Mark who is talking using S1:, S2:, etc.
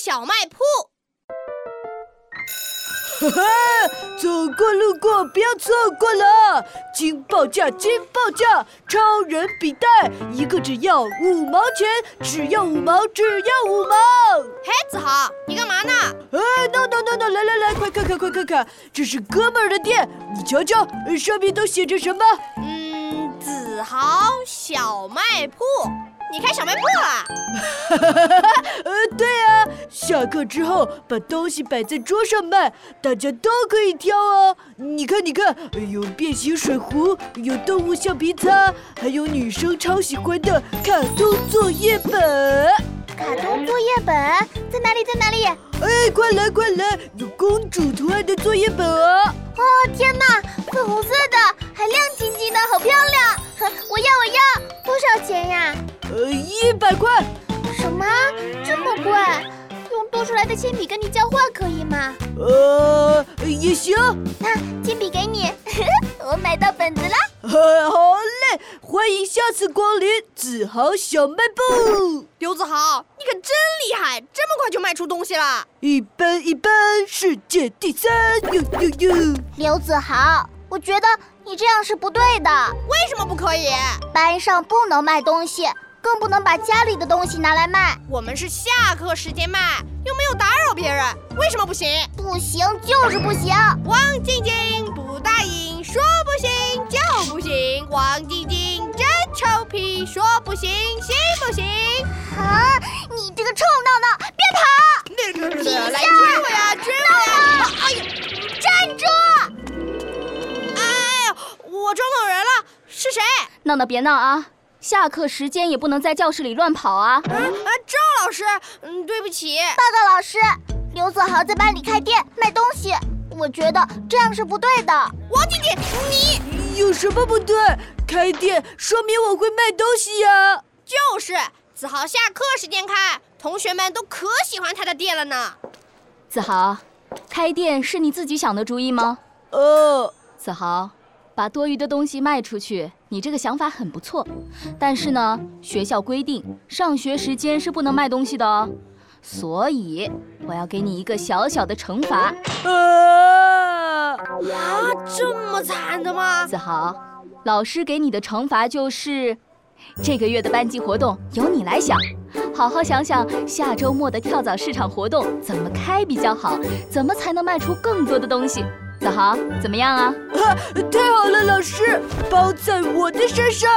S1: 小卖铺。
S2: 哈哈， 走过路过不要错过了！金报价，金报价，超人比袋，一个只要五毛钱，只要五毛，只要五毛！
S1: 嘿，子豪，你干嘛呢？
S2: 哎，no no no no，来来来，快看看快看看，这是哥们儿的店，你瞧瞧，呃上面都写着什么？
S1: 嗯，子豪小卖铺，你开小卖部了？
S2: 呃，对啊，下课之后把东西摆在桌上卖，大家都可以挑哦。你看，你看，有变形水壶，有动物橡皮擦，还有女生超喜欢的卡通作业本。
S3: 卡通作业本在哪里？在哪里？
S2: 哎，快来快来，有公主图案的作业本哦！
S3: 哦天哪，粉红色的，还亮晶晶的，好漂亮！呵我要我要，多少钱呀？
S2: 呃，一百块，
S3: 什么这么贵？用多出来的铅笔跟你交换可以吗？
S2: 呃，也行。
S3: 那铅笔给你，我买到本子了。
S2: 呃，好嘞，欢迎下次光临子豪小卖部。
S1: 刘子豪，你可真厉害，这么快就卖出东西了。
S2: 一般一般，世界第三，呦呦呦！
S3: 刘子豪，我觉得你这样是不对的，
S1: 为什么不可以？
S3: 班上不能卖东西，更不能把家里的东西拿来卖。
S1: 我们是下课时间卖，又没有打扰别人，为什么不行？
S3: 不行就是不行。
S1: 王晶晶不答应，说不行就不行。王晶晶真臭屁，说不行行不行？
S3: 啊，你这个臭闹闹，别跑！
S1: 来追我呀，追我呀！哎呀，
S3: 站住！
S1: 哎呀，我撞到人了，是谁？
S4: 闹闹别闹啊！下课时间也不能在教室里乱跑啊！
S1: 啊啊，赵老师，嗯，对不起。
S3: 报告老师，刘子豪在班里开店卖东西，我觉得这样是不对的。
S1: 王晶晶，你
S2: 有什么不对？开店说明我会卖东西呀、
S1: 就是子豪下课时间开，同学们都可喜欢他的店了呢。
S4: 子豪，开店是你自己想的主意吗？
S2: 哦，
S4: 子豪，把多余的东西卖出去，你这个想法很不错，但是呢，学校规定上学时间是不能卖东西的哦，所以我要给你一个小小的惩罚。
S1: 啊，
S2: 啊，
S1: 这么惨的吗？
S4: 子豪，老师给你的惩罚就是，这个月的班级活动由你来想，好好想想下周末的跳蚤市场活动怎么开比较好，怎么才能卖出更多的东西。子豪，怎么样啊？
S2: 太好了，老师，包在我的身上。